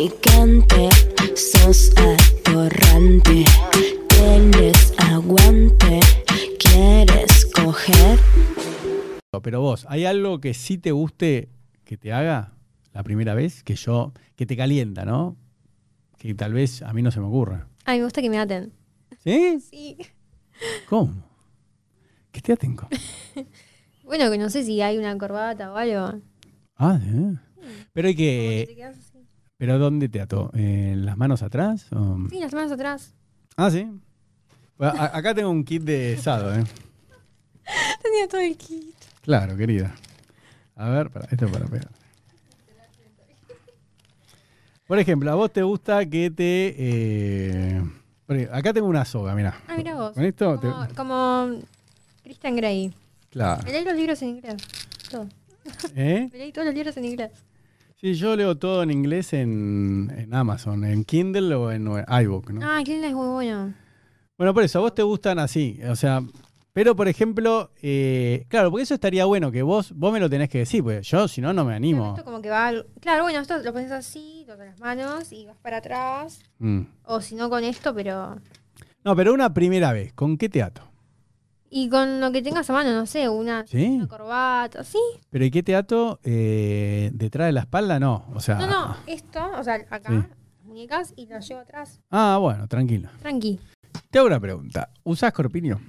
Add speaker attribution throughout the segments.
Speaker 1: atorrante, sos atorrante. Tienes aguante, quieres coger.
Speaker 2: Pero vos, ¿hay algo que sí te guste que te haga la primera vez? Que yo, que te calienta, ¿no? Que tal vez a mí no se me ocurra.
Speaker 3: A mí me gusta que me aten.
Speaker 2: ¿Sí?
Speaker 3: Sí.
Speaker 2: ¿Cómo? ¿Qué te atengo?
Speaker 3: Bueno, que no sé si hay una corbata o algo.
Speaker 2: Ah, ¿eh? Pero hay
Speaker 3: Como que te
Speaker 2: que...
Speaker 3: quedas así.
Speaker 2: ¿Pero dónde te ató? ¿En ¿Las manos atrás? o-
Speaker 3: Sí, las manos atrás.
Speaker 2: Ah, sí. Bueno, a- acá tengo un kit de sado, ¿eh?
Speaker 3: Tenía todo el kit.
Speaker 2: Claro, querida. A ver, para, esto es para pegar. Por ejemplo, a vos te gusta que te. eh, por ejemplo, acá tengo una soga, mirá.
Speaker 3: Ah, mira vos.
Speaker 2: Con esto. te-
Speaker 3: Como, como Christian Grey.
Speaker 2: claro.
Speaker 3: Me leí los libros en inglés. Todo.
Speaker 2: ¿Eh?
Speaker 3: Me leí todos los libros en inglés.
Speaker 2: Sí, yo leo todo en inglés en, en Amazon, en Kindle o en iBook, ¿no?
Speaker 3: Ah, Clint es muy bueno.
Speaker 2: Bueno, por eso, a vos te gustan así, o sea, pero por ejemplo, eh, claro, porque eso estaría bueno que vos, vos me lo tenés que decir, porque yo si no, no me
Speaker 3: Claro,
Speaker 2: animo.
Speaker 3: Esto como que va. al- Claro, bueno, esto lo pones así, con las manos y vas para atrás.
Speaker 2: Mm.
Speaker 3: O si no con esto, pero.
Speaker 2: No, pero una primera vez, ¿con qué te ato?
Speaker 3: Y con lo que tengas a mano, no sé, una,
Speaker 2: ¿Sí?
Speaker 3: una corbata. Sí,
Speaker 2: Pero ¿y qué te ato? Eh, ¿Detrás de la espalda? No, o sea...
Speaker 3: no, no, esto, o sea, acá,
Speaker 2: Ah. Sí.
Speaker 3: muñecas y las llevo atrás.
Speaker 2: Ah, bueno, tranquilo.
Speaker 3: Tranqui.
Speaker 2: Te hago una pregunta. ¿Usás corpiño?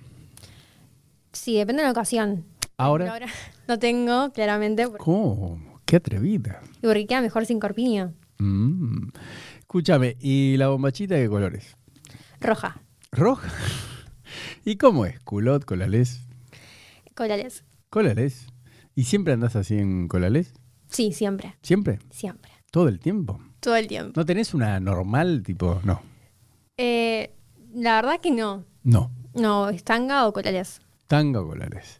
Speaker 3: Sí, depende de la ocasión. Pero
Speaker 2: Ahora...
Speaker 3: Ahora no tengo, claramente. por-
Speaker 2: ¿Cómo? Qué atrevida.
Speaker 3: Y porque queda mejor sin corpiño.
Speaker 2: Mm. Escúchame, ¿y la bombachita de colores?
Speaker 3: Roja.
Speaker 2: ¿Roja? ¿Y cómo es? ¿Culot, colalés?
Speaker 3: Colales.
Speaker 2: ¿Colalés? ¿Y siempre andás así en colalés?
Speaker 3: Sí, siempre.
Speaker 2: ¿Siempre?
Speaker 3: Siempre.
Speaker 2: ¿Todo el tiempo?
Speaker 3: Todo el tiempo.
Speaker 2: ¿No tenés una normal tipo? No.
Speaker 3: Eh, la verdad que no.
Speaker 2: No.
Speaker 3: No, estanga o colales.
Speaker 2: Tango colalés.